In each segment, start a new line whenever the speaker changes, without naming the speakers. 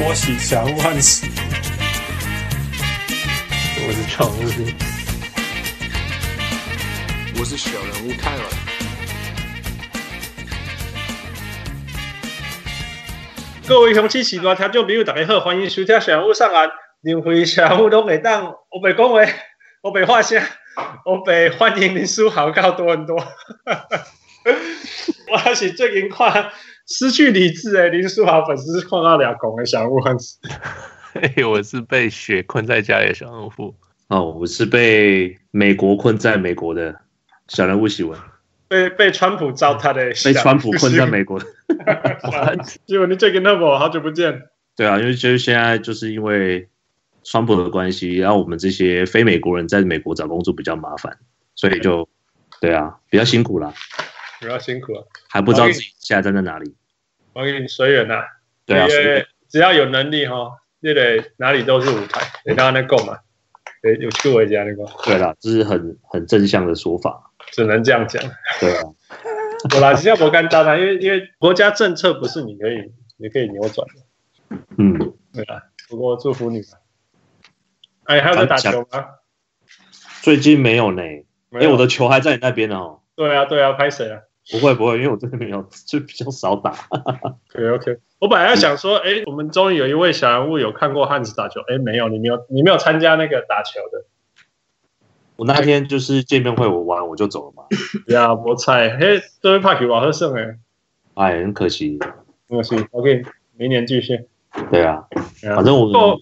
washed shower once.
我是常务兵，
我是小人物泰尔。
各位乡亲、时代听众朋友，大家好，欢迎收听《上午上岸》，两回上午拢会当，我袂讲话， 我袂发声，我袂欢迎林书豪到多伦多。 我是最近看失去理智的林书豪粉丝看到俩公的小物粉丝，
嘿， 我是被雪困在家里的小人物。
哦，我是被美国困在美国的小人物喜文，
被被川普糟蹋的小
嗯被
啊
人物。
川普困在美国的。
结果你最近那么好久不 见，
对啊，因为就是现在就是因为川普的关系，让我们这些非美国人在美国找工作比较麻烦，所以就对啊，比较辛苦啦，
比较辛苦了，
还不知道自己下站在哪里。
我给你随缘啦。
对啊，
因
所以
为只要有能力哈，你得哪里都是舞台，你当然能购买，对，有趣味家那个，
对啦，这是很很正向的说法。
只能这样讲。
对啊，
我啦，新加坡干单啊，因为因为国家政策不是你可以你可以扭转的，
嗯，
对啦。不过祝福你吧。哎，还有在打球吗？
最近没有呢，因
没
为
有
我的球还在你那边呢哦。
对啊对啊，拍谁啊
不会不会，因为我真的没有，就比较少打。
？OK OK，我本来要想说，哎，我们终于有一位小人物有看过汉斯打球，哎，没有，你没有，你没有参加那个打球的，
我那天就是见面会，我玩我就走了嘛。
呀，我菜，嘿，这边怕球瓦赫胜哎，
哎，很可惜。
没关系，OK，明年继续。
对啊，
对啊
反正我们
哦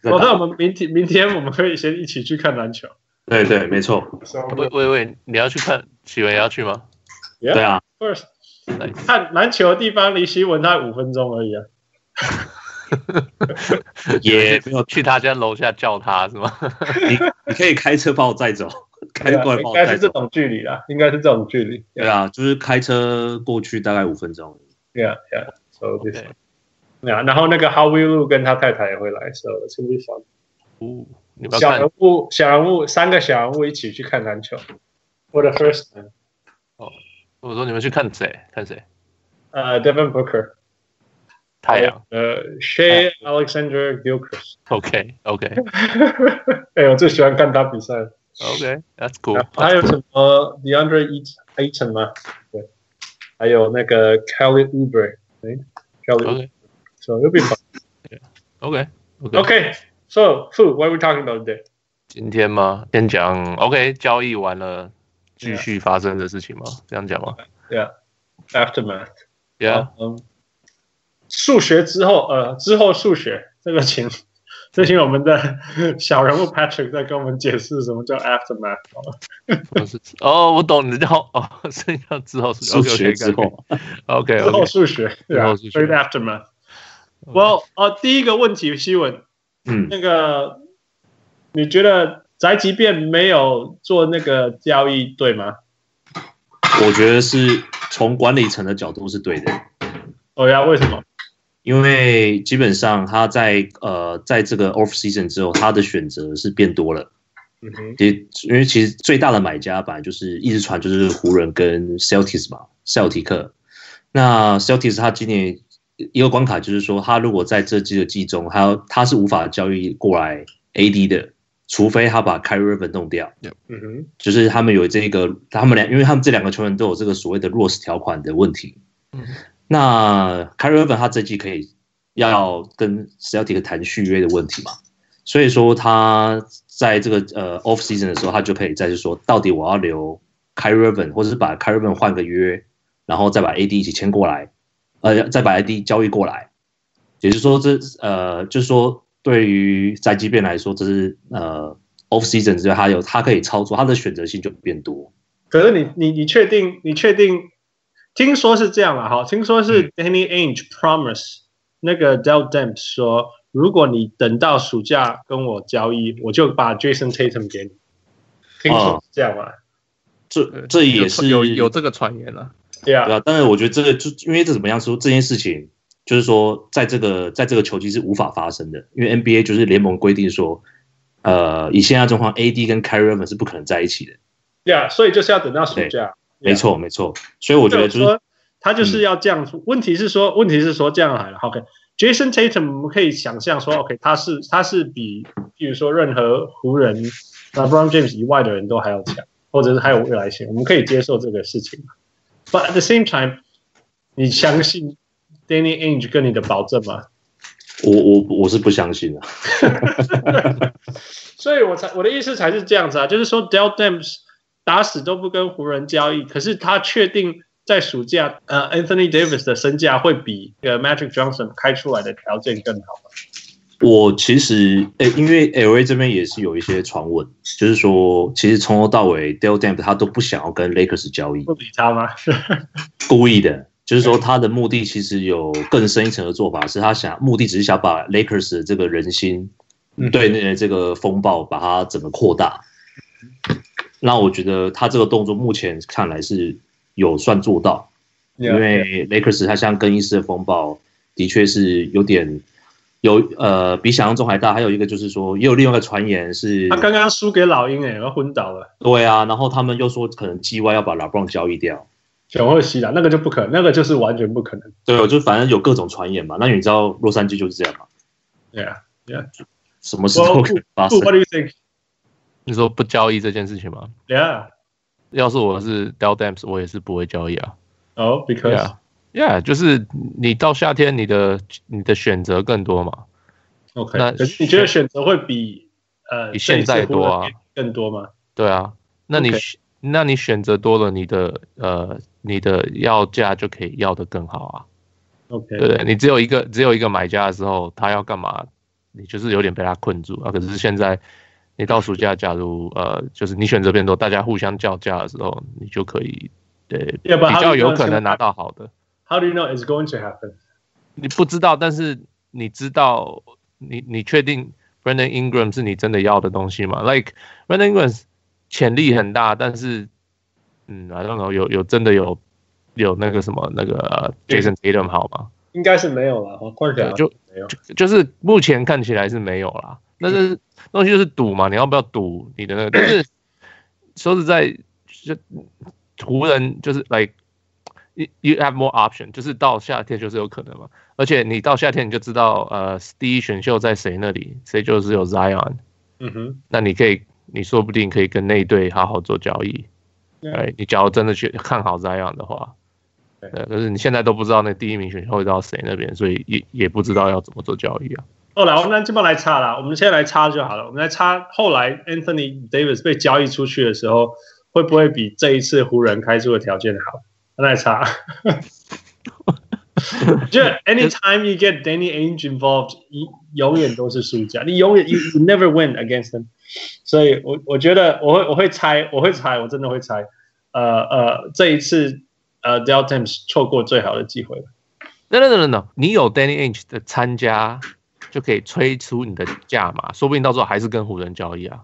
在
哦，
打
那我们明天明天我们可以先一起去看篮球。
对对，没错，
喂喂喂，你要去看喜文也要去吗？
对啊，
First，
Nice
看篮球的地方离新闻大概五分钟而已啊。
也没有，
去他家楼下叫他 是吗？
你你可以开车把我载 走，开
对
车
啊
过来把
应
我
该
载
是这
走。
种距离啦，应该是这种距离。
对啊，就是开车过去大概五分钟。
Yeah, yeah. So this.
Okay.
Yeah, 然后那个 Howie Lu 跟他太太也会来，So it's gonna be fun.
哦，你们要
小
看
人物，小人物，三个小人物一起去看篮球。For the first time,
我说你们去看谁？看谁？
呃、Devin Booker，
太阳。
呃、Shay Alexander Gilchrist。
OK OK
哎、我最喜欢看他比赛了。
OK，That's
然
cool
后。啊还有什么 DeAndre Eat- Ayton 吗？对，还有那个 Kelly Oubre，哎，Kelly
OK
Oubre，so it'll be fun.
OK OK。
Okay, so food, what are we talking about today?
今天吗？先讲 OK 交易完了，
啊
继续发生的事情吗？这样讲吗
Yeah, aftermath.
啊
？Yeah，
嗯，数学之后，呃，之后数学这个请， 这请我们的 小人物 Patrick 再跟我们解释什么叫 aftermath 好了。
什么事情？哦，我懂，你叫哦， 是叫之后是
数学之后，
OK
之
OK
后数学，对啊
后数学
straight aftermath。Well，呃，第一个问题，希文，
嗯，
那个，你觉得宅急便没有做那个交易对吗？
我觉得是从管理层的角度是对的，
哦呀，为什么？
因为基本上他在呃在这个 off season 之后，他的选择是变多了。
嗯哼，
也因为其实最大的买家本来就是一直传就是湖人跟 Celtics 嘛，塞尔提克。那 Celtics 他今年一个关卡就是说，他如果在这季的季中，他他是无法交易过来 AD 的，除非他把 k y r i v e r 弄掉。
嗯哼，
就是他们有这个，他们两，因为他们这两个球员都有这个所谓的 ROS 条款的问题。
嗯
那 k y r i v e r 他这季可以要跟 Celtic 谈续约的问题嘛？所以说他在这个呃 off season 的时候，他就可以再去说，到底我要留 k y r i v e r 或者是把 k y r i v e r 换个约，然后再把 AD 一起签过来，呃，再把 AD 交易过来。也就是说这，呃，就是说对于宅急便来说，这是呃 off season 之后，他有他可以操作，他的选择性就变多。
可是你你你确定？你确定？听说是这样了哈，听说是 Danny Ainge promise 那个 Del Demps 说，如果你等到暑假跟我交易，我就把 Jason Tatum 给你。听说是这样嘛？
这这也是
有有这个传言了。
对
对
啊，
啊，但是我觉得这个就因为这怎么样说这件事情，就是说在这个在这个球季是无法发生的，因为 NBA 就是联盟规定说，呃，以现在状况，AD 跟 k y r i v e r 是不可能在一起的。
对啊，所以就是要等到暑假。
没错，没错。所以我
我
觉得就是嗯
说他就是要这样。问题是说，问题是说这样好了，OK， Jason Tatum，我们可以想象说，OK，他是他是比，比如说任何湖人、LeBron James 以外的人都还要强，或者是还有未来性，我们可以接受这个事情。But at the same time，你相信 Danny Ainge 跟你的保证吗？
我我我是不相信的。
所以我才我的意思才是这样子啊，就是说 Dell Demps 打死都不跟湖人交易，可是他确定在暑假，呃，Anthony Davis 的身价会比呃 Magic Johnson 开出来的条件更好吗。
我其实诶、因为 L A 这边也是有一些传闻，就是说其实从头到尾 Dell Demp 他都不想要跟 Lakers 交易
不，理他吗？
故意的。就是说，他的目的其实有更深一层的做法，是他想目的只是想把 Lakers 的这个人心
嗯
对那个这个风暴把它整个扩大。那我觉得他这个动作目前看来是有算做到，因为 Lakers 他像更衣室的风暴的确是有点有呃比想象中还大。还有一个就是说，也有另外一个传言是
他，刚刚输给老鹰哎、欸，我昏倒了，
对啊，然后他们又说可能 G Y 要把 LeBron 交易掉。
雄厚西啦，那个就不可能，那个就是完全不可能。
对，我就反正有各种传言嘛。那你知道洛杉矶就是这样嘛？
对 啊，
什么事都可能发
不
生。
，What do you think？
你说不交易这件事情吗？
Yeah，
要是我是 Dell Demps，我也是不会交易啊。
哦、b e c a u s e
Yeah, yeah，就是你到夏天，你的你的选择更多嘛。
OK，
那
可是你觉得选择会比呃
比现在多啊
这一次湖人更多吗？
对啊，那你
OK
选那你选择多了，你的呃你的要价就可以要的更好啊，
OK，
对不对？你只有一个只有一个买家的时候，他要干嘛，你就是有点被他困住啊。可是现在你到暑假，假如呃就是你选择变多，大家互相叫价的时候，你就可以呃
Yeah, but
比
how do
较
you
有
know
可
it's gonna
能拿到好的。
How do you know it's going to happen？
你不知道，但是你知道，你你确定 Brandon Ingram 是你真的要的东西吗？Like Brandon Ingram 潜力很大，但是嗯，I don't know，有有真的有有那个什么那个呃 Jason Tatum 好吗？
应该是没有了，我看起来
对啊就
没有。
就就是目前看起来是没有啦，但是东西就是赌嘛，你要不要赌你的那个？但是说实在，就湖人就是 like you you have more option，就是到夏天就是有可能嘛。而且你到夏天你就知道，呃，第一选秀在谁那里，谁就是有 Zion，
嗯哼，
那你可以，你说不定可以跟那一队好好做交易。
Yeah.
哎，你假如真的去看好 Zion 的话，
嗯对
对，可是你现在都不知道那第一名选秀会到谁那边，所以也也不知道要怎么做交易啊。
后来我们这么来插啦，我们现在来插就好了。我们来插后来 Anthony Davis 被交易出去的时候，会不会比这一次湖人开出的条件好？那来插。就 anytime you get Danny Ainge involved，你永远都是输家，你永远 you, you never win against him。所以我我觉得我会我会猜，我会猜，我真的会猜。呃呃，这一次呃 Del Temps 错过最好的机会了。
No no no no no，你有 Danny Ainge 的参加，就可以催出你的价码，说不定到时候还是跟湖人交易啊。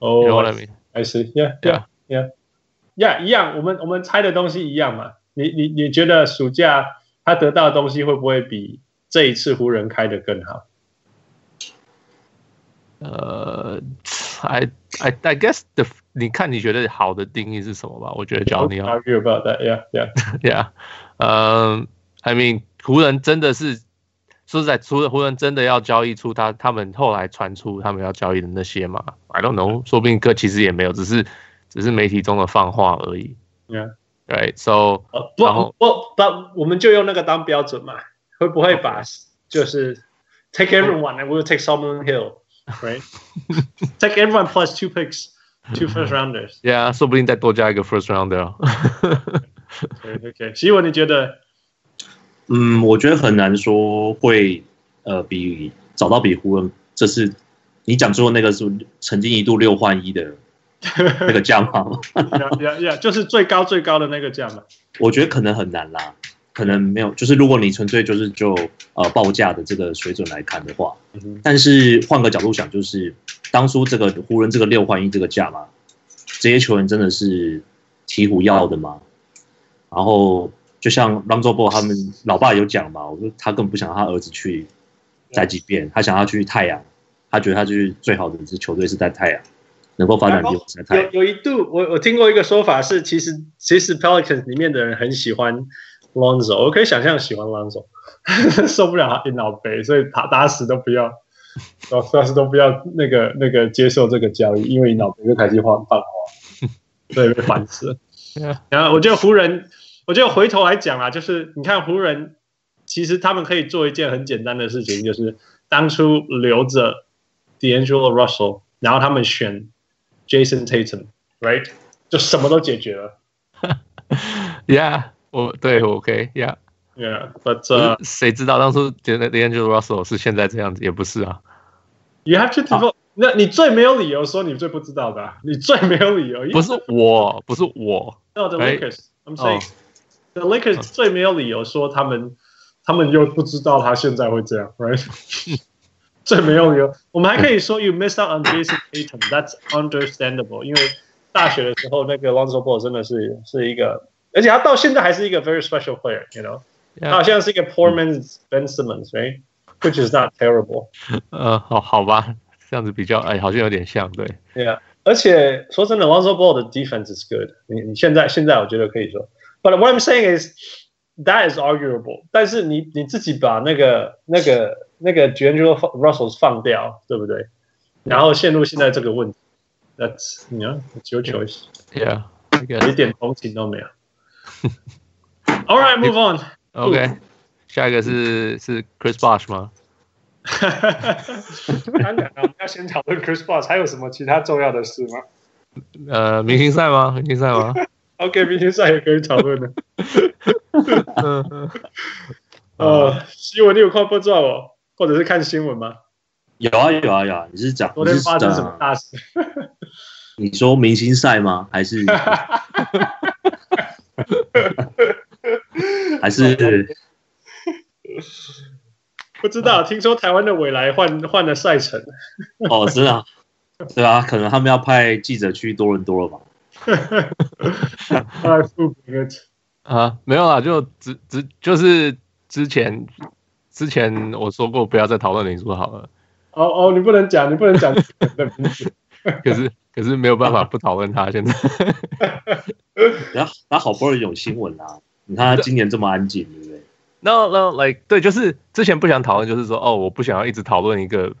哦、
You know what I mean？
I see. Yeah, yeah,
Yeah.
yeah, yeah. 一样，我们我们猜的东西一样嘛。你你你觉得暑假他得到的东西会不会比这一次湖人开的更好？
呃，I I I guess the 你看你觉得好的定义是什么吧？我觉得假如你要
argue about that. Yeah, yeah.
Yeah，嗯、i mean，湖人真的是说实在，除了湖人真的要交易出他，他们后来传出他们要交易的那些嘛，I don't know，说不定哥其实也没有，只是只是媒体中的放话而已。
Yeah.
Right，so
呃
然后
不不不，我们就用那个当标准嘛。会不会把就是 take everyone and we'll take Solomon Hill, right? take everyone plus two picks, two first rounders.
yeah，说不定再多加一个 first rounder 哦。
Okay, OK，希文你觉得？
嗯，我觉得很难说会呃比找到比湖人这次你讲最后那个是曾经一度六换一 的那个价码吗，
呀呀呀，就是最高最高的那个价嘛。
我觉得可能很难啦，可能没有。就是如果你纯粹就是就呃报价的这个水准来看的话，
嗯哼
但是换个角度想，就是当初这个湖人这个六换一这个价嘛，这些球员真的是鹈鹕要的吗？然后就像 r a m z o b o 他们老爸有讲嘛，我说他根本不想他儿子去宅急便，他想要去太阳，他觉得他就是最好的一支球队是在太阳，能够发展的地方是在太
有
阳。
有一度，我我听过一个说法是，其实其实 Pelicans 里面的人很喜欢 Lonzo，我可以想象喜欢 Lonzo，受不了他硬老杯，所以打打死都不要， 打打死都不要那个那个接受这个交易，因为硬老杯就开始换半花，所以被烦死了
Yeah.。
然后我觉得湖人，我觉得回头来讲啊，就是你看湖人，其实他们可以做一件很简单的事情，就是当初留着 D'Angelo Russell，然后他们选 Jason Tatum，right，就什么都解决了。
Yeah，我对我 OK，Yeah，、
Yeah，but、
可是谁知道当初觉得 Angel Russell 是现在这样子，也不是啊。
You have to develop、那你最没有理由说你最不知道的啊、你最没有理由。
不是我，不是我，
no, the
right？
Lakers. I'm
哦
saying、the Lakers 最没有理由说他们他们又不知道他现在会这样，right？最没有理由。我们还可以说 you missed out on Jason Tatum. That's understandable，因为大学的时候那个 Lonzo Ball 真的是是一个，而且他到现在还是一个 very special player，you know，他好
Yeah，
像是一个 poor man's Ben Simmons，right？Which is not terrible。
呃，好好吧，这样子比较，哎，好像有点像，对，
Yeah，而且说真的，Lonzo Ball 的 defense is good 你。你现在现在我觉得可以说，But what I'm saying is that is arguable。但是你你自己把那个那个那个 d a n g e l o Russell 放掉，对不对？然后陷入现在这个问题，That's you know it's your choice，
Yeah，I guess
一点同情都 没有。All right, move on.
OK，下一个是是 Chris Bosh 吗？
当然了，我们要先讨论 Chris Bosh，还有什么其他重要的事吗
呃，明星赛吗？明星 赛吗？
？OK，明天赛也可以讨论的。
嗯嗯
呃，新闻你有看报道哦，或者是看新闻吗？
有啊有啊有啊，你是讲
昨天
你是
发生什么
讲
大事？
你说明星赛吗？还 是还是
不知道，听说台湾的未来换换了赛程，
哦，真的啊、对啊，可能他们要派记者去多伦多了吧？
太复古了。
啊，没有啦，就只只就是之前之前我说过不要再讨论林书好了，
哦哦，你不能讲，你不能讲的名字。
可是可是没有办法不讨论他现在。
然后他好不容易有新闻啊，你看他今年这么安静，对不对？
No, no, like 对，就是之前不想讨论，就是说哦，我不想要一直讨论一个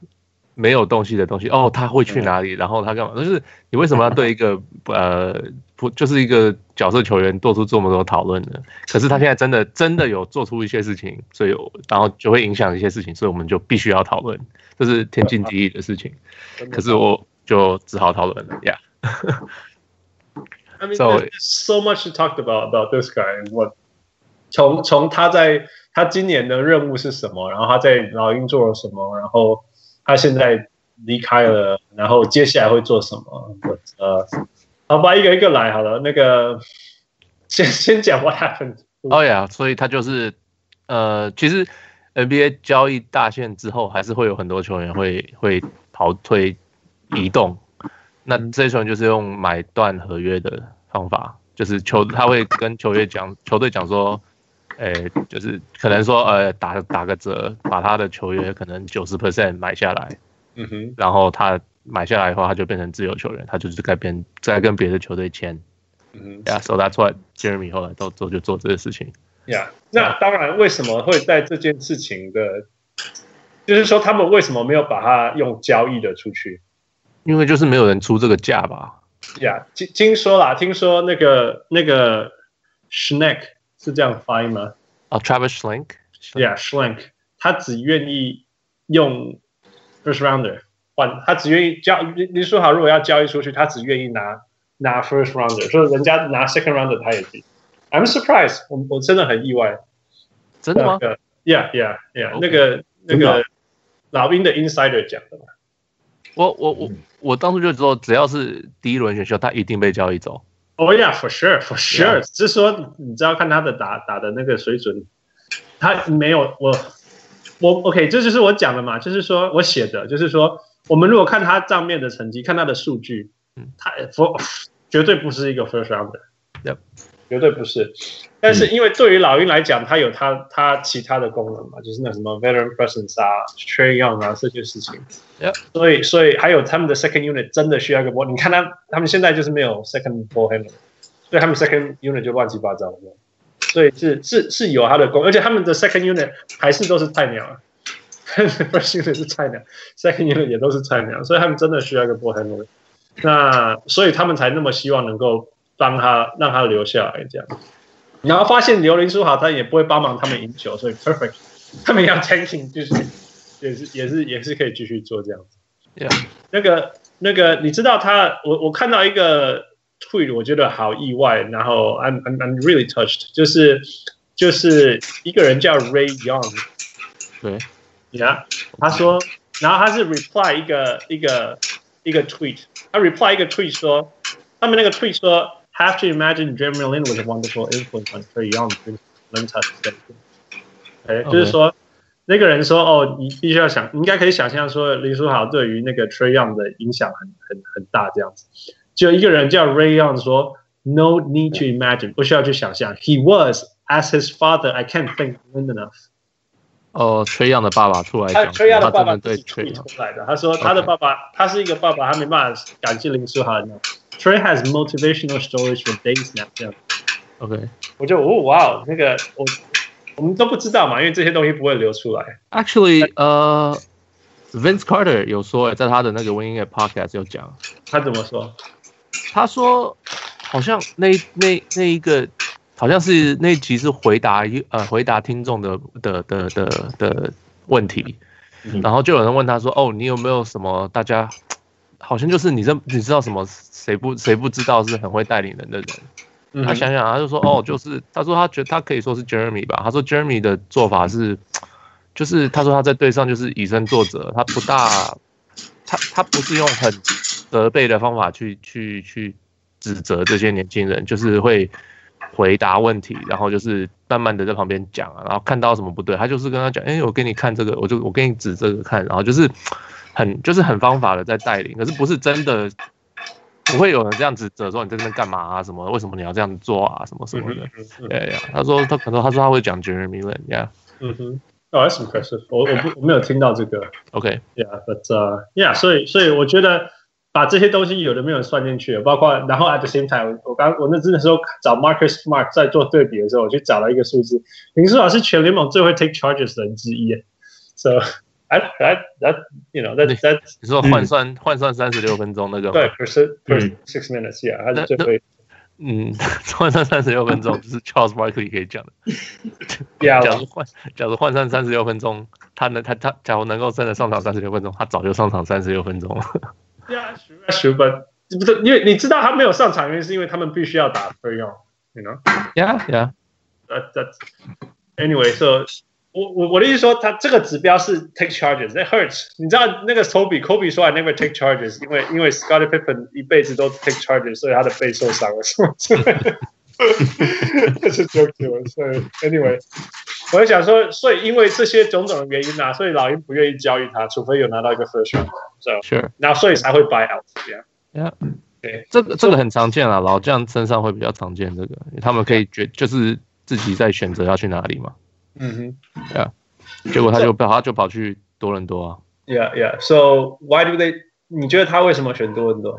没有东西的东西。哦，他会去哪里？然后他干嘛？就是你为什么要对一个呃不就是一个角色球员做出这么多讨论呢？可是他现在真的真的有做出一些事情，所以我然后就会影响一些事情，所以我们就必须要讨论，这是天经地义的事情。可是我就只好讨论了呀。
I mean,
So-
there's so much to talk about about this guy. and What 从从他在他今年的任务是什么，然后他在老鹰做了什么，然后他现在离开了，然后接下来会做什么？我呃，好吧，一个一个来好了。那个先先讲 What happened？
哦呀，所以他就是呃，其实 NBA 交易大限之后，还是会有很多球员会会跑退移动。那这些球员就是用买断合约的方法，就是球他会跟球员讲，球队讲说，诶、就是可能说呃打打个折，把他的球员可能九十 percent 买下来，
嗯哼，
然后他买下来以后，他就变成自由球员，他就是该边再跟别的球队签。
嗯哼。
Yeah, so that's what Jeremy 后来都做就做这个事情。
Yeah，那当然，为什么会在这件事情的，就是说他们为什么没有把它用交易的出去
因为就是没有人出这个价吧？
？Yeah，听听说啦，听说那个那个 Schneck 是这样发音吗
啊、t r a v i s Link，
？Yeah，Schneck，他只愿意用 first rounder 换，他只愿意交林林书豪如果要交易出去，他只愿意拿拿 first rounder，所以人家拿 second rounder 他也不 I'm surprised，我我真的很意外。
真的吗？
那个？Yeah, yeah, yeah，、
OK
那个那
真的啊
个老鹰的 Insider 讲的嘛。
我我我
嗯
我当初就知道，只要是第一轮选秀，他一定被交易走。
Oh yeah, for sure, for sure
Yeah。
只是说你知道看他的打打的那个水准，他没有我我 OK，这就是我讲的嘛，就是说我写的，就是说我们如果看他账面的成绩，看他的数据
嗯，
他 for 绝对不是一个 first rounder。
Yep 嗯
绝对不是，但是因为对于老鹰来讲，它有它它其他的功能嘛，就是那什么 veteran presence 啊、Trey Young 啊这些事情。
Yep
所以所以还有他们的 second unit 真的需要一个 ball，你看他他们现在就是没有 second ball handler，所以他们 second unit 就乱七八糟了。所以是是是有他的功，而且他们的 second unit 还是都是菜鸟啊 ，first unit 是菜鸟，second unit 也都是菜鸟，所以他们真的需要一个 ball handler。那所以他们才那么希望能够帮他让他留下来这样。然后发现刘林书豪他也不会帮忙他们赢球，所以 perfect，他们要 tanking 就是也是也是也是可以继续做这样子。
Yeah.
那个那个，你知道他，我我看到一个 tweet，我觉得好意外，然后 I'm I'm I'm really touched，就是就是一个人叫 Ray Young，
对，
呀、他说，然后他是 reply 一个一个一个 tweet，他 reply 一个 tweet 说，他们那个 tweet 说，Have to imagine Jeremy Lin was a wonderful influence on Trey Young to learn how to play。哎，就是说那个人说，哦，你必须要想，你应该可以想象说林书豪对于那个 Trey Young 的影响很很很大这样子。就一个人叫 Ray Young 说，No need to imagine，不需要去想象，He was as his father. I can't think long enough.
哦，崔样的爸爸出来
他
讲，
崔亚的爸
他
爸
真的对
自己处
崔
理
样
出来的。他说他的爸爸，他是一个爸爸，他没办法感谢林书豪。Trey has motivational stories for days now。这样，
，OK。
我就哦哇哦，那个我我们都不知道嘛，因为这些东西不会流出来。
Actually，呃，Vince Carter 有说、欸，在他的那个 Winning at Podcast 有讲，
他怎么说？
他说好像那那那一个好像是那一集是回答一呃回答听众的的的的的问题
嗯，
然后就有人问他说，哦，你有没有什么大家好像就是你认你知道什么谁不谁不知道是很会带领人的人？
嗯
他想想，他就说哦，就是他说他觉得他可以说是 Jeremy 吧。他说 Jeremy 的做法是，就是他说他在队上就是以身作则，他不大，他他不是用很责备的方法去去去指责这些年轻人，就是会回答问题，然后就是慢慢的在旁边讲啊，然后看到什么不对，他就是跟他讲，哎、我给你看这个，我就我给你指这个看，然后就是很就是很方法的在带领，可是不是真的不会有人这样指责说你在那边干嘛啊？什么？为什么你要这样做啊？什么什
嗯
么的
哼。嗯哼
对呀，他说他可能他说他会讲 Jeremy Lin 呀、
嗯哼，哦，that's impressive。我我不我没有听到这个。
yeah.，OK，
Yeah，but、uh, yeah，所以所以我觉得把这些东西有的没有算进去，包括然后 at the same time，我我刚我那真的时候找 Marcus Smart 在做对比的时候，我去找了一个数字，林书豪是全联盟最会 take charges 的人之一耶，so I I that you know that that
你说换算、换算三十六分钟那个吗
对，per se- per
嗯
six minutes，yeah，他
那
是最会
嗯，换算三十六分钟就是 Charles Barkley 可以讲的。
yeah，
假如换假如换算三十六分钟，他能他他假如能够真的上场三十六分钟，他早就上场三十六分钟了。
Yeah，十十分，不是因为你知道他没有上场，原因是因为他们必须要打 free on，you know。
yeah yeah，
that that anyway so 我我我的意思说，他这个指标是 take charges，那 hurts。你知道那个 Kobe Kobe 说 I never take charges，因为因为 Scottie Pippen 一辈子都 take charges，所以他的背受伤了， 是吗？这是 joke 了，所以 anyway，我就想说，所以因为这些种种的原因啊，所以老鹰不愿意交易他，除非有拿到一个 first round，so
，sure
那所以才会 buy out 这样。
yeah。
对，
这个这个很常见啊，老将身上会比较常见这个，他们可以决就是自己在选择要去哪里嘛。
嗯哼。
结果他就跑，他就跑去多伦多啊。
Yeah, yeah. So why do they？你觉得他为什么选多伦多？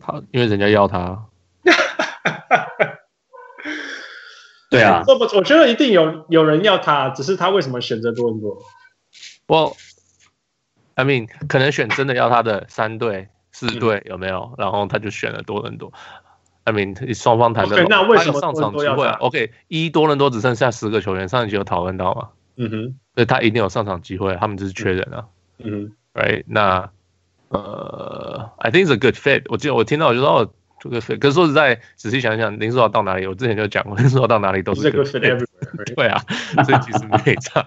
他因为人家要他，
对啊，
我我我觉得一定有有人要他，只是他为什么选择多伦多？
我，I mean，可能选真的要他的三队、
嗯
四队有没有？然后他就选了多伦多。I mean，双方谈的
OK，那为什么
他有上场
多
机
伦多
会
要打
啊？OK，一多伦多只剩下十个球员，上一集有讨论到嘛？
嗯哼，
所以他一定有上场机会，他们就是缺人啊。
嗯哼，
right？那呃，I think it's a good fit。我记得我听到我就说哦，这个 fit。可是说实在，仔细想想，林书豪到哪里，我之前就讲过， 林书豪到哪里都
这
是
个
good
fit
fit
everywhere，right？
对啊，所以其实没差。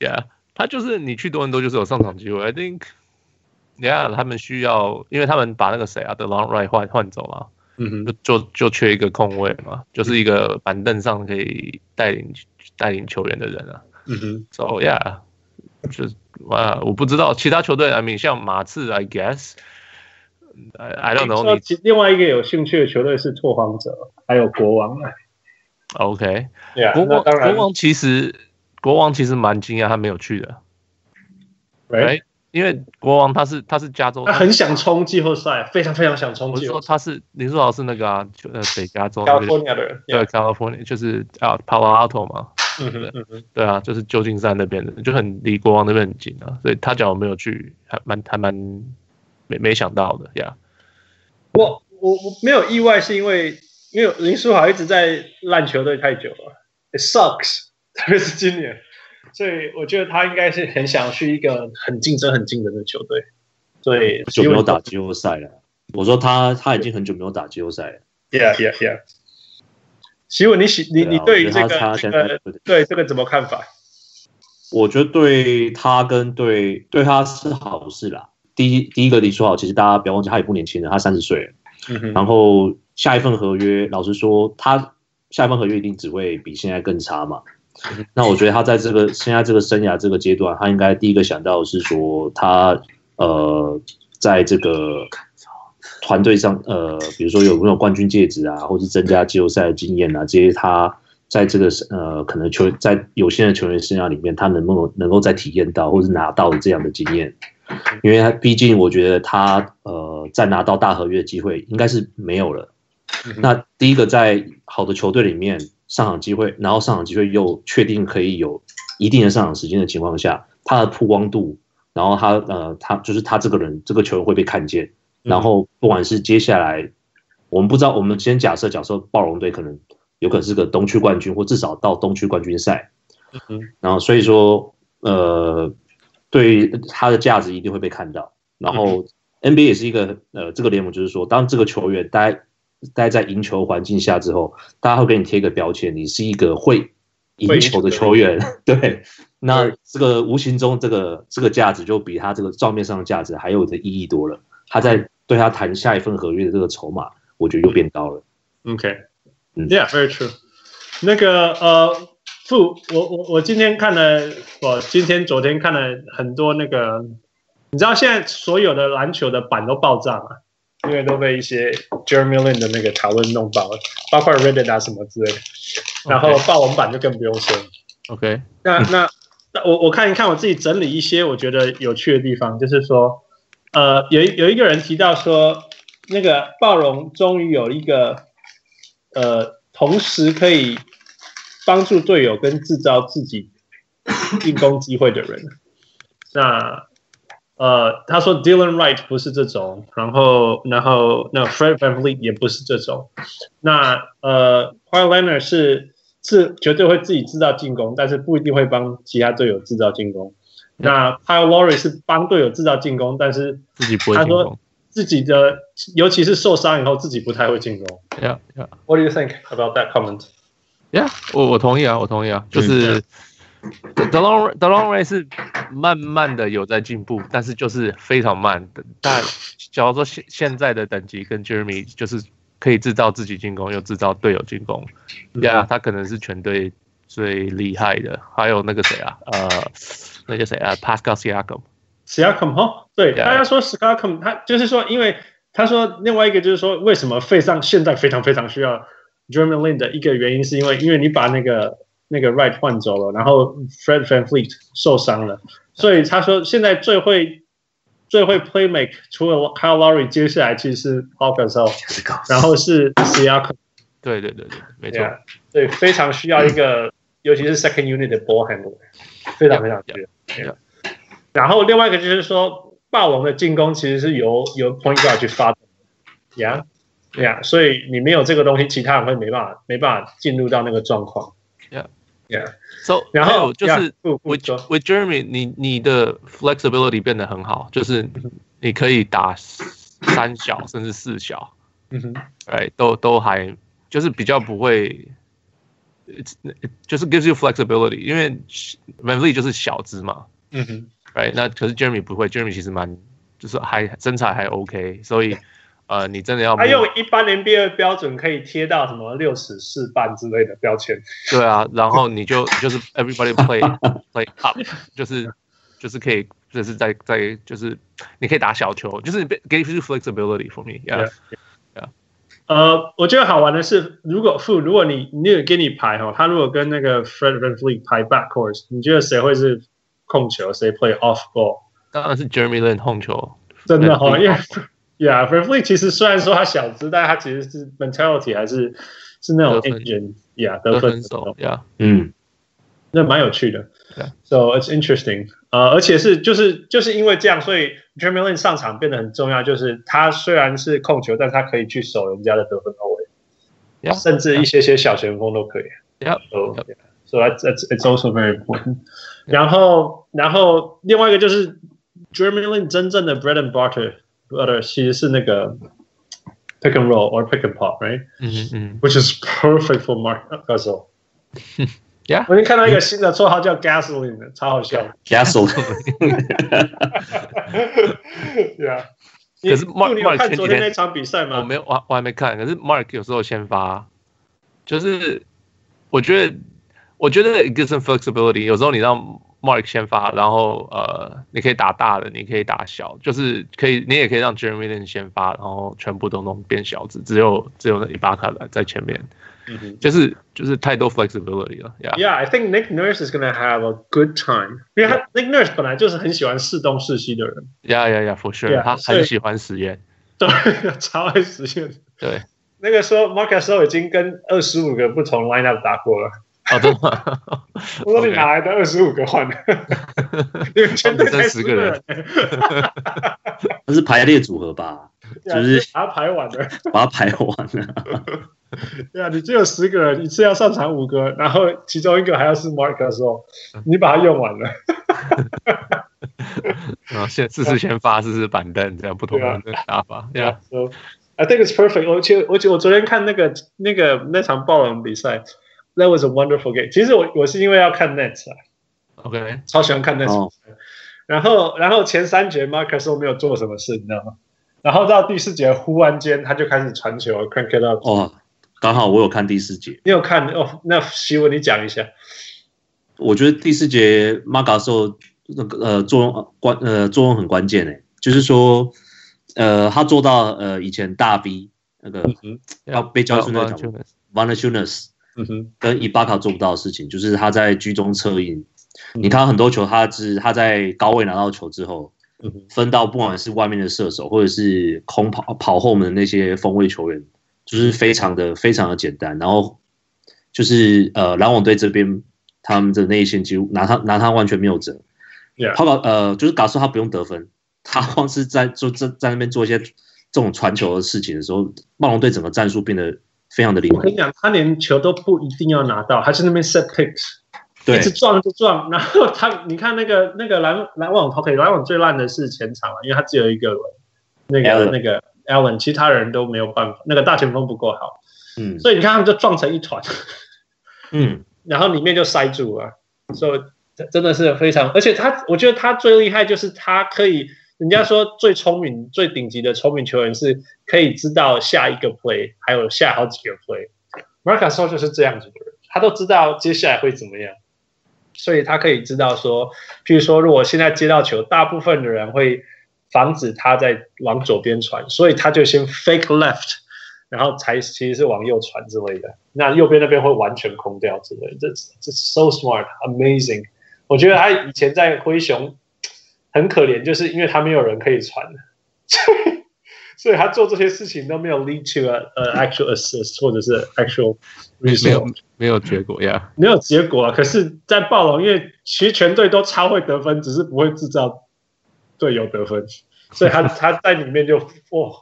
yeah，他就是你去多伦多就是有上场机会。I think yeah，他们需要，因为他们把那个谁啊，The Long Right 换换走了，
嗯哼，
就就就缺一个空位嘛，就是一个板凳上可以带领带领球员的人啊。
嗯哼，
So yeah，就是啊，我不知道其他球队，I mean 像马刺，I guess，I I don't
说
know 你
其另外一个有兴趣的球队是拓荒者，还有国王啊。
OK。
Yeah，
国
啊那
王
当然
国王其实国王其实蛮惊讶他没有去的
r i g
，right？
h
因为国王他是他是加州，
他很想冲季后赛，非常非常想冲
我是
季后
说
赛。
他是林书豪是那个啊，就呃北加州那个
California 的人，
对 California 就是啊 Palo Alto 嘛，
嗯哼嗯哼，
对啊，就是旧金山那边的，就很离国王那边很近啊，所以他讲我没有去，还蛮还蛮没没想到的呀。
我我我没有意外，是因为因为林书豪一直在烂球队太久了，it sucks，特 别是今年，所以我觉得他应该是很想去一个很竞争很近的球队，所以
久没有打季后赛了。我说他他已经很久没有打季后赛了。
，yeah yeah yeah。希文，你喜你你
啊
对于
我觉
这
得他他
个这
现在
个对这个怎么看法？
我觉得对他跟对对他是好事啦。第一第一个林书豪，其实大家不要忘记，他也不年轻了，他三十岁了。
嗯哼，
然后下一份合约，老实说，他下一份合约一定只会比现在更差嘛。
嗯
那我觉得他在这个现在这个生涯这个阶段，他应该第一个想到的是说他呃，在这个团队上呃，比如说有没有冠军戒指啊，或是增加季后赛的经验啊，这些他在这个呃可能球在有限的球员生涯里面，他能不能能够再体验到或是拿到这样的经验。因为他毕竟我觉得他呃，再拿到大合约的机会应该是没有了。那第一个在好的球队里面上场机会，然后上场机会又确定可以有一定的上场时间的情况下，他的曝光度，然后他呃他就是他这个人这个球员会被看见，然后不管是接下来我们不知道，我们先假设假设暴龙队可能有可能是个东区冠军，或至少到东区冠军赛，然后所以说，呃，对于他的价值一定会被看到。然后 NBA 也是一个呃，这个联盟就是说，当这个球员待待在赢球环境下之后，大家会给你贴一个标签，你是一个会赢球的球员。对， 那这个无形中这个这个价值就比他这个账面上的价值还有的意义多了。他在对他谈下一份合约的这个筹码，我觉得又变高了。
OK，
嗯
y e a h very true。那个呃，傅，我我我今天看了，我今天昨天看了很多那个，你知道现在所有的篮球的板都爆炸嘛？因为都被一些 Jeremy Lin 的那个讨论弄爆了，包括 Reddit 啊什么之类的，然后
OK
霸王版就更不用说了。
OK，
那那那我我看一看我自己整理一些我觉得有趣的地方，就是说，呃，有一有一个人提到说，那个暴龙终于有一个，呃，同时可以帮助队友跟制造自己进攻机会的人。那呃，他说 Dylan Wright 不是这种，然后然后那 Fred VanVleet 也不是这种，那呃 q u i l e n e r 是是绝对会自己制造进攻，但是不一定会帮其他队友制造进攻。那 Kyle Lowry 是帮队友制造进攻，但是
自嗯己不会
他
进
说
攻。
自己的尤其是受伤以后自己不太会进攻。
Yeah, yeah,
What do you think about that comment？
yeah，我我同意啊，我同意啊，
嗯
就是德德隆德隆瑞是慢慢的有在进步，但是就是非常慢的。但假如说现现在的等级跟 Jeremy 就是可以制造自己进攻，又制造队友进攻，Yeah，他可
嗯
能是全队最厉害的。还有那个谁啊，呃，那叫谁啊，Pascal Siakam。
s i a k a m 哈，对
Yeah.
大家说 s i a k a m 他就是说，因为他说另外一个就是说，为什么费上现在非常非常需要 German Lin 的一个原因，是因为因为你把那个那个 Right 换走了，然后 Fred Van Fleet 受伤了，所以他说现在最会最会 play make 除了 Kyle Lowry，接下来其实是 p a u k e r s 然后是 s i a k a m
对对对对，没错
对，啊，对，非常需要一 个，尤其是 second unit 的 ball handler，非常非常需要。
Yeah.
然后另外一个就是说，霸王的进攻其实是由由 point guard 去发动的呀呀，所以你没有这个东西，其他人会没办法没办法进入到那个状况。
Yeah.
yeah，
So，
然
还
后
有就是
yeah，不不
with
说
with Jeremy，你你的 flexibility 变得很好，就是你可以打三小甚至四小，
嗯哼，
哎，都都还就是比较不会。It's, it- 就是 gives you flexibility，因为 Van v l e 就是小只嘛
嗯哼，
，right？那可是 Jeremy 不会，Jeremy 其实蛮就是还身材还 OK，所以呃，你真的要
他
move-
用一般 NBA 的标准可以贴到什么六尺四半之类的标签。
对啊，然后你就就是 everybody play play up，就是就是可以就是在在就是你可以打小球，就是 give you flexibility for me，yeah，
Yeah. 呃，我觉得好玩的是，如果负，如果你你有给你排哈，他如果跟那个 Fred Van Fleet 排 backcourt，你觉得谁会是控球，谁 play off ball？
当然是 Jeremy Lin 控球，
真的哦，
Redfleet
因为 Yeah r e f l e 其实虽然说他小只，但他其实是 mentality 还是是那种
得分
engine，Yeah 得
得
分
分
手
手，呀，
嗯，
那蛮有趣的。
对
So it's interesting，呃，而且是就是就是因为这样，所以 j e r m y Lin 上场变得很重要。就是他虽然是控球，但他可以去守人家的得分后卫
Yeah，
甚至一些些小前锋都可以。
Yeah，
So yeah, so that's that's it's also very important. 然后然后另外一个就是 j e r m y Lin 真正的 bread and butter butter 其实是那个 pick and roll or pick and pop，right？
嗯嗯
which is perfect for Mark uh, Gasol。
Yeah.
我已经看到一个新的绰号叫 Gasoline，的超好笑。
Gasol，
yeah，你
可是 Mark-
你有
Mark 前
看
几
昨天
天
那场比赛
嗯，我
吗？
没有，我我还没看，可是 Mark 有时候先发，就是我觉得我觉得 it gives them flexibility，有时候你让 Mark 先发，然后呃，你可以打大的，你可以打小，就是可以，你也可以让 Jeremy Lin 先发，然后全部都弄变小只，只有只有那伊巴卡在前面，就是就是太多 flexibility 了，Yeah。
嗯 Yeah, I think Nick Nurse is gonna have a good time，因为他 Nick Nurse 本来就是很喜欢试东试西的人，
呀呀呀，for sure，
Yeah，
他
所以
很喜欢实验，
对， 超爱实现。
对，
那个时候 Mark Gasol 已经跟二十五个不同 lineup 打过了，
哦，真的吗？
我说你哪来的二十五个换的？你们全队才
他们只剩10个
人
人，
那是排列组合吧，
对啊
就是
把它排完了。
把它排完了。
对啊，你只有十个人，一次要上场五个，然后其中一个还要是 Mark 的时候，你把它用完了。
啊，先试试先发，试试板凳，这样不同
对啊啊
的打法，呀
So I think it's perfect. 而且而且我昨天看那个那个那场暴龙比赛，That was a wonderful game。其实我我是因为要看 Nets 啊，
，OK，
超喜欢看 Nets
哦，
然后然后前三节 Marcus 都没有做什么事，你知道吗？然后到第四节，忽然间他就开始传球，crank it up。
哦，刚好我有看第四节，
你有看哦？那希文你讲一下。
我觉得第四节 m a g a s o 那个呃作用呃关呃作用很关键诶、就是说呃他做到呃以前大 B 那个
嗯
要被交出那
啊
种 v a n a t u n a s
嗯哼，
跟伊巴卡做不到的事情，就是他在居中策应。你看到很多球，他是他在高位拿到球之后
嗯哼，
分到不管是外面的射手，或者是空跑跑后门的那些锋卫球员，就是非常的非常的简单。然后就是呃，篮网队这边他们的内线几乎拿他拿他完全没有辙。
Yeah
他把呃，就是假设他不用得分，他光是在做在在那边做一些这种传球的事情的时候，暴龙队整个战术变得非常的灵
我
活
跟。你讲，他连球都不一定要拿到，他是那边 set picks。
对
一直撞就撞，然后他你看那个那个篮篮网 OK 篮网最烂的是前场嘛，啊因为他只有一个人，那个
Allen
那个 Allen，其他人都没有办法，那个大前锋不够好，
嗯
所以你看他们就撞成一团，
嗯。
然后里面就塞住了，所以真的是非常，而且他我觉得他最厉害就是他可以，人家说最聪明最顶级的聪明球员是可以知道下一个 play，还有下好几个 play。马卡索就是这样子的人，他都知道接下来会怎么样，所以他可以知道说，譬如说，如果现在接到球，大部分的人会防止他在往左边传，所以他就先 fake left，然后才其实是往右传之类的。那右边那边会完全空掉之类的，这这 so smart amazing。我觉得他以前在灰熊很可怜，就是因为他没有人可以传， 所以所以他做这些事情都没有 lead to a, a actual assist 或者是 actual
没
result
有。没有结果呀，
没有结果啊。可是，在暴龙，因为其实全队都超会得分，只是不会制造队友得分，所以他他在里面就哇、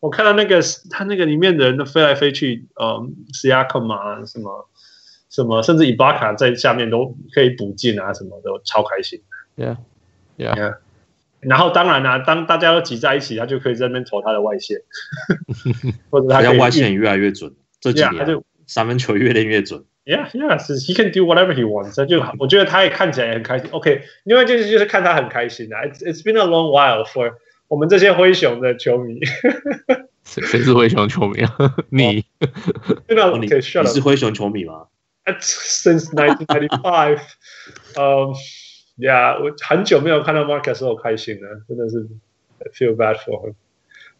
我看到那个他那个里面的人都飞来飞去，嗯 s i a k a m 啊，什么什么，甚至伊巴卡在下面都可以补进啊，什么的，我超开心。
Yeah. Yeah.
然后当然啦、当大家都挤在一起，他就可以在那边投他的外线， 或者他
好
可
像
以
外线也啊越来越准，这几
Yeah，
年
他就
三分球越练越准。
Yeah, yeah, so he can do whatever he wants. 他就我觉得他也看起来也很开心。OK，另外就是就是看他很开心啊。It's it's been a long while for 我们这些灰熊的球迷。
谁谁是灰熊球迷啊？你
真的
哦你
OK, shut
你
up.
是灰熊球迷吗？
That's Since 1995, 嗯、um,，Yeah，我很久没有看到 Marcus 我开心了，真的是 I feel bad for him.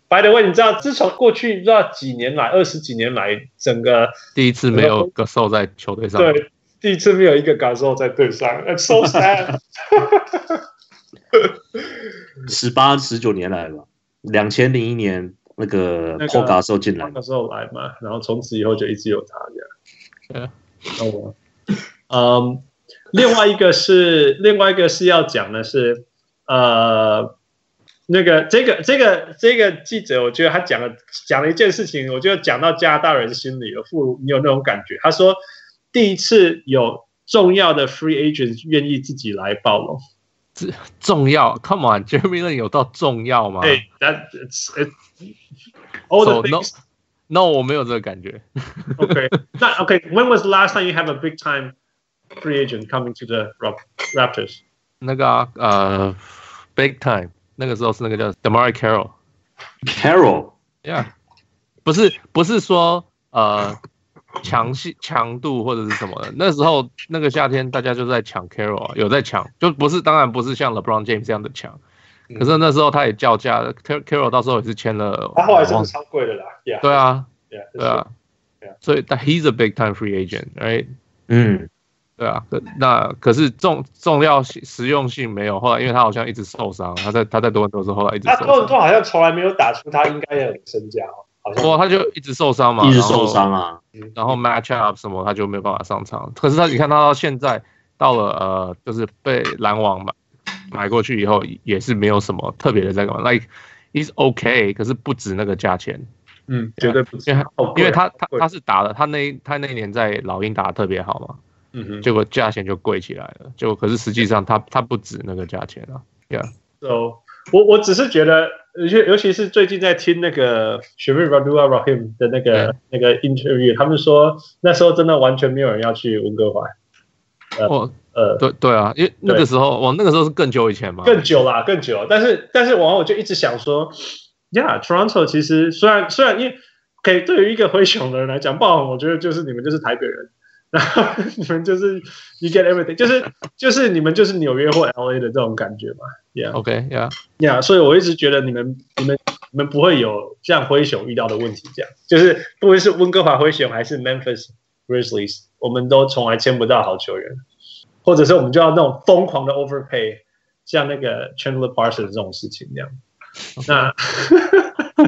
By the way，你知道自从过去不知道几年来，二十几年来，整个
第一次没有个受在球队上，
对第一次没有一个感受在队上，That's so sad. 嗯
十八十九年来吧，两千零一年那个
那个
Poga 时候进来
那，个时候来嘛，然后从此以后就一直有他这样。那我，嗯，另外一个是另外一个是要讲的是，呃，那个这个这个这个记者，我觉得他讲了讲了一件事情，我觉得讲到加拿大人心里了，傅如你有那种感觉？他说第一次有重要的 free agent 愿意自己来暴龙。
重要，Come on，Jeremy Lin 有到重要吗？
Hey, that it's it. 呃 All the
So,
things.
no, no，我没有这个感觉。
okay. Not, okay. When was the last time you have a big time free agent coming to the Rap- Raptors?
那个啊、呃，Big Time 那个时候是那个叫 Demar Carroll，Yeah，
Carol
不是不是说呃强系强度或者是什么的，那时候那个夏天大家就在抢 Carroll，啊有在抢，就不是当然不是像 LeBron James 这样的抢，可是那时候他也叫价，Car-，Carroll 到时候也是签了，
他
忘
后来真的超贵的啦，Yeah，
对啊
yeah,
对啊
Yeah.，
所以但 He's a big time free agent，right？
嗯，
对啊，可那可是重重要性实用性没有，后来因为他好像一直受伤，他在他在多伦多的时候后来一直受伤，
他多伦多好像从来没有打出他应该有的身价，好像
哦哇，他就一直受伤嘛，
一直受伤啊，
然后，然后 match up 什么他就没有办法上场。可是他你看他到现在到了呃，就是被篮网买买过去以后，也是没有什么特别的在干嘛，like is OK，可是不值那个价钱，
嗯，绝对不止，
因为他因为他他
贵
他是打了他那他那一年在老鹰打的特别好嘛，结果价钱就贵起来了，结果可是实际上他他不值那个价钱啊。
So 我我只是觉得，尤其尤其是最近在听那个 Sherry Radua Rahim 的那个那个 interview，他们说那时候真的完全没有人要去温哥华，
哦，
呃，
对对啊，因为那个时候，哇，那个时候是更久以前嘛。
更久啦，更久。但是但是，往后我就一直想说，Yeah，Toronto 其实虽然虽然因为可以对于一个灰熊的人来讲，不好，我觉得就是你们就是台北人，然后你们就是 you get everything，就是就是你们就是纽约或 LA 的这种感觉嘛
OK，yeah，、
，Yeah，Yeah，所以我一直觉得你们你们你们不会有像灰熊遇到的问题这样，就是不论是温哥华灰熊还是 Memphis Grizzlies，我们都从来签不到好球员。或者是我们就要那种疯狂的 overpay，像那个 Chandler Parsons 这种事情那样。那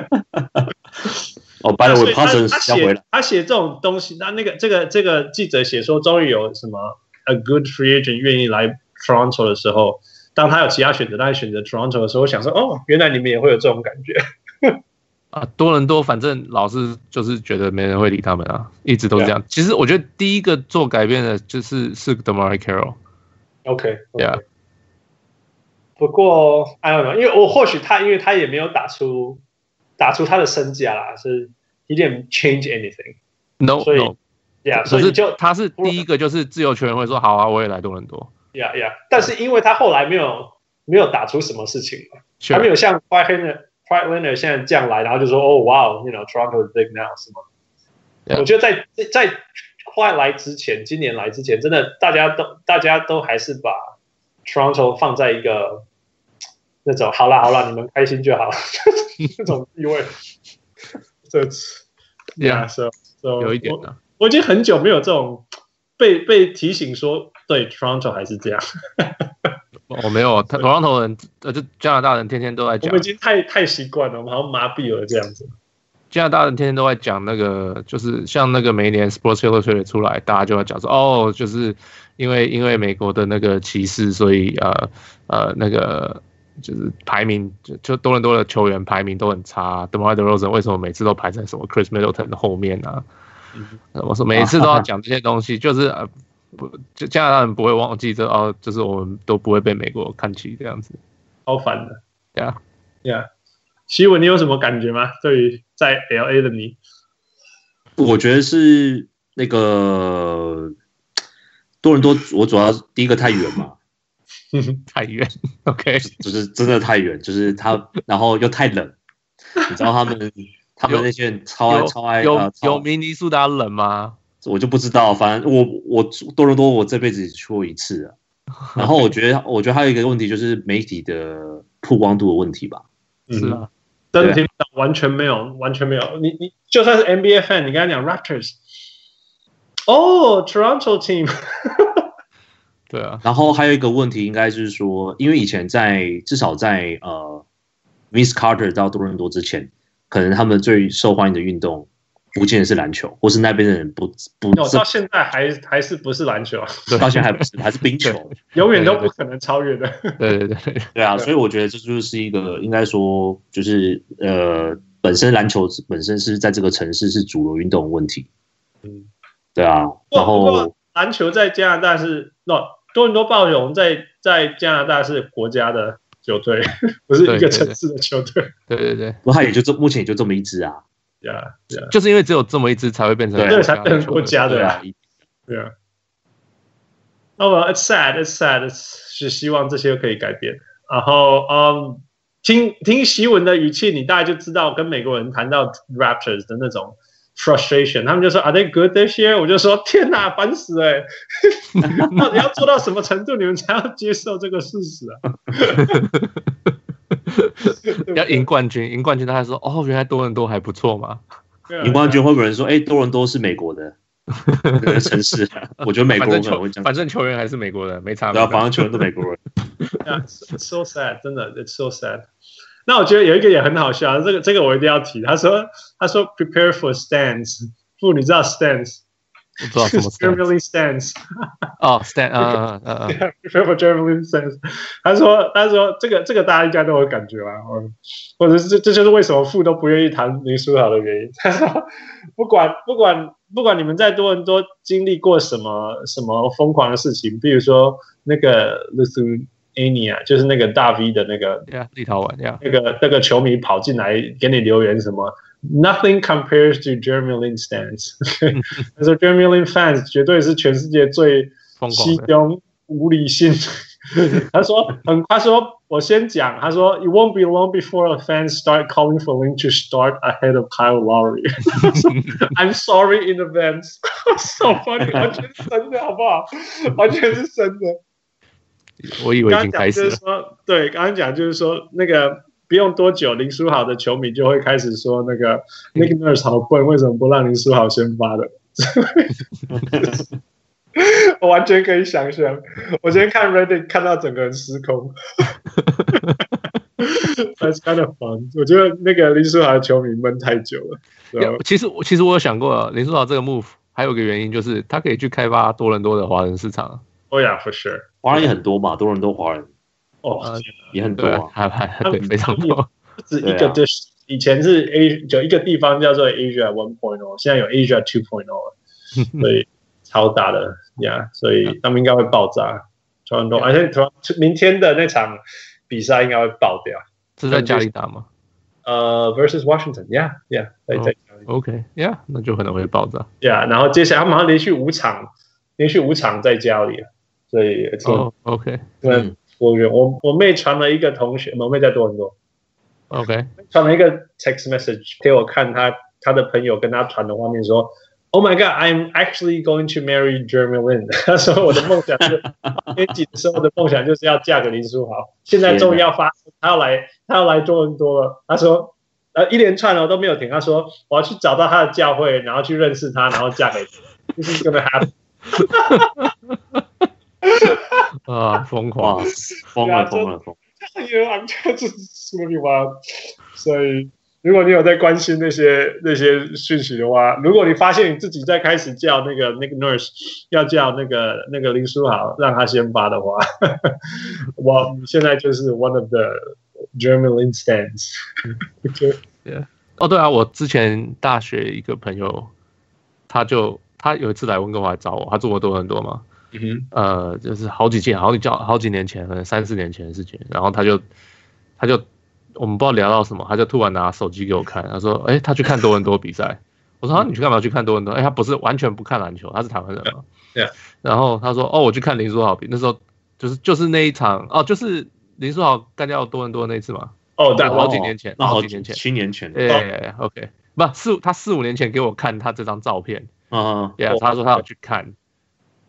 哦，by the
所
way
以他
Parsons
他
要回来
写。他写这种东西，那那个这个这个记者写说，终于有什么 a good free agent 愿意来 Toronto 的时候，当他有其他选择，但是选择 Toronto 的时候，我想说，哦，原来你们也会有这种感觉。
啊，多伦多反正老是就是觉得没人会理他们啊，一直都是这样。其实我觉得第一个做改变的就是是 Demar Carroll，
OK，, o k
Yeah
不过 I don't know，因为我或许他，因为他也没有打出打出他的身价啦，是 he didn't change anything，yeah，
no
所以
no，
所以
可
你
是
就
他是第一个就是自由球员会说好啊，我也来多伦多。
呀呀，但是因为他后来没有没有打出什么事情嘛，
Sure，
他没有像 f i g h t l i n e r f i g h t l i n e r 现在这样来，然后就说哦哇哦，you know Toronto is big now 什么
Yeah
我觉得在在快来之前，今年来之前，真的大家都大家都还是把 Toronto 放在一个那种好啦好啦，你们开心就好 那种地位。这
Yeah，
so so
有一点
我
的、啊。
我已经很久没有这种被被提醒说，对 Toronto 还是这样。
我没有，他 Toronto 人呃就加拿大人天天都在
我
讲
们已，经太太习惯了，我们好像麻痹了这样子。
加拿大人天天都在讲那个，就是像那个每一年 Sports Illustrated 出来，大家就要讲说，哦，就是因为因为美国的那个歧视，所以呃呃那个就是排名就就多伦多的球员排名都很差，Demar Derozan 为什么每次都排在什么 Chris Middleton 的后面啊？
嗯
呃我说每次都要讲这些 东西，就是呃不就加拿大人不会忘记这哦，就是我们都不会被美国看起这样子，
超烦的。
对啊。
Yeah，希文，你有什么感觉吗？对于在 LA 的你，
我觉得是那个多伦多，我主要第一个太远 嘛，
太远 ，OK，
就是真的太远，就是他，然后又太冷，你知道他 们他们那些人超爱
有
超爱
有
呃
有
超，
明尼苏达冷吗？
我就不知道，反正我我多伦多我这辈子只去过一次啊。然后我觉得我觉得还有一个问题就是媒体的曝光度的问题吧，
是
嗯，
啊，
真的听不到，完全没有，完全没有。你你就算是 NBA fan，你跟他讲 Raptors，哦、t o r o n t o team，
对 啊，
然后还有一个问题，应该是说，因为以前在至少在呃 m i s s Carter 到多伦多之前，可能他们最受欢迎的运动不见得是篮球，或是那边的人不不
那我
是
哦到现在还还是不是篮球，啊
对
到现在还不是，还是冰球。
永远都不可能超越的。
对对对对，
对啊，
对
所以我觉得这就是一个应该说就是呃，本身篮球本身是在这个城市是主流运动的问题。
嗯，
对啊，然
不过
后
篮球在加拿大是那多伦多暴龙在在加拿大是国家的球队， 不是一
对
个
对
城市的球队。
对对对，
不过他也就这目前也就这么一支啊。
对啊，对啊，
就是因为只有这么一支才会变成
对
这个才变成
球
国
队
家的啊。
啊，
对啊。Oh well, it's sad. It's sad. It's 是希望这些可以改变。然后，嗯，听听习文的语气，你大概就知道跟美国人谈到 Raptors 的那种 frustration。他们就说 Are they good this year？我就说天哪，烦死了欸！ 到底要做到什么程度，你们才要接受这个事实啊？
要赢冠军，赢冠军，他还说哦，原来多伦多还不错嘛。
对啊
你冠军会不会有人说，哎、多伦多是美国 的这个城市？啊我觉得美
反
国人
正
可能会这
球，
样
反，正球员还是美国人，没差。
对啊，
没差
反正球员都美国人。
Yeah, it's it's so sad，真的，it's so sad。那我觉得有一个也很好笑，这个这个我一定要提。他说他说 prepare for stands，不，你知道 stands，
我不知道啊什么 stand
Germany stands，
哦，stand，嗯嗯嗯嗯
prepare for Germany stands。他说他说这个这个大家应该都有感觉吧，嗯或者是这这就是为什么富都不愿意谈林书豪的原因。他说不管不管不管你们在多伦多经历过什么什么疯狂的事情，比如说那个 Lithuania，就是那个大 V 的那个
嗯，yeah，立陶宛，yeah，
那个那个球迷跑进来给你留言什么，Nothing compares to Jeremy Lin stands。他 说 Jeremy Lin fans 绝对是全世界最
疯
稀
狂的，
庸、无理性。他说很，他说我先讲，他说 It won't be long before the fans start calling for Lin to start ahead of Kyle Lowry 他说。I'm sorry in advance，so funny，完全是真的好不好？完全是真的。
我以为已
刚
经
刚
开
讲
始
就
了
是。说，对，刚刚讲就是说，那个不用多久，林书豪的球迷就会开始说，那个
嗯
Nick Nurse 好笨，为什么不让林书豪先发的？ 我完全可以想象，我今天看 Reddit 看到整个人失控。That's kind of fun。我觉得那个林书豪的球迷闷太久了，对吧
Yeah，其实我其实我有想过林书豪这个 move，还有一个原因就是他可以去开发多伦多的华人市场。
？Oh yeah, for sure。
华人也很多嘛，多伦多华人
哦、
呃
也很多
对啊
啊，，
还还
他
对非常多。
不止一
对
个
啊
dish，、以前是 A 有一个地方叫做 Asia One Point O，现在有 Asia Two Point O，所以超大的呀所以他们应该会爆炸。多伦多，而且突然明天的那场比赛应该会爆掉。
是在家里打吗
呃、v e r s u s Washington，yeah，yeah，在
哦
在家里
？OK，yeah，那就可能会爆炸。
，yeah，然后接下来他们好像连续五场，连续五场在家里，所以
哦，OK，OK，
嗯，我我我妹传了一个同学，我妹在多伦多，传了一个 text message 给我看他，他的朋友跟他传的画面说：“Oh my God, I'm actually going to marry Jeremy Lin。”他 说：“我的梦想是年几的时候的梦想就是要嫁给林书豪，现在终于要发生，他要来，他要来多伦多了。”他说。呃，一连串哦都没有停。他说：“我要去找到他的教会，然后去认识他，然后嫁给他。This is gonna happen。
啊，疯
哇
狂，，
疯
啊
了疯了疯了！
You know, I'm just really wild。所以，如果你有在关心那些那些讯息的话，如果你发现你自己在开始叫那个那个 nurse 要叫那个那个林书豪让他先发的话， 我你现在就是 one of the German Lin stands。
哦，对啊，我之前大学一个朋友，他就他有一次来温哥华找我，他住过多伦多嘛，
嗯
呃，就是好几件，好几叫好几年前，可能三四年前的事情。然后他就他就我们不知道聊到什么，他就突然拿手机给我看，他说：“哎、他去看多伦多比赛。”我说：“啊，你去干嘛去看多伦多？”哎、他不是完全不看篮球，他是台湾人嘛。
Yeah.
然后他说：“哦，我去看林书豪比那时候就是就是那一场哦，就是林书豪干掉多伦多那一次嘛。
哦，但
啊好几年前
那
好
好
几年前
七年前，
哎、o k 不四他四五年前给我看他这张照片，
嗯，
Yeah，、
哦
他说他有去看，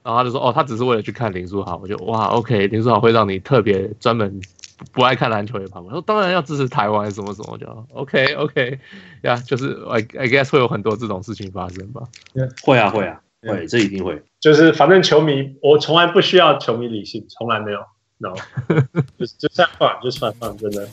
然后他就说哦，他只是为了去看林书豪。我就哇，OK，林书豪会让你特别专门不不爱看篮球也跑过来。我说当然要支持台湾什么什么，我就 OK OK，呀、yeah,，就是 I I guess 会有很多这种事情发生吧。
会啊会啊，会，这一定会。
就是反正球迷，我从来不需要球迷理性，从来没有，no，就是就算放，就是算放，真的。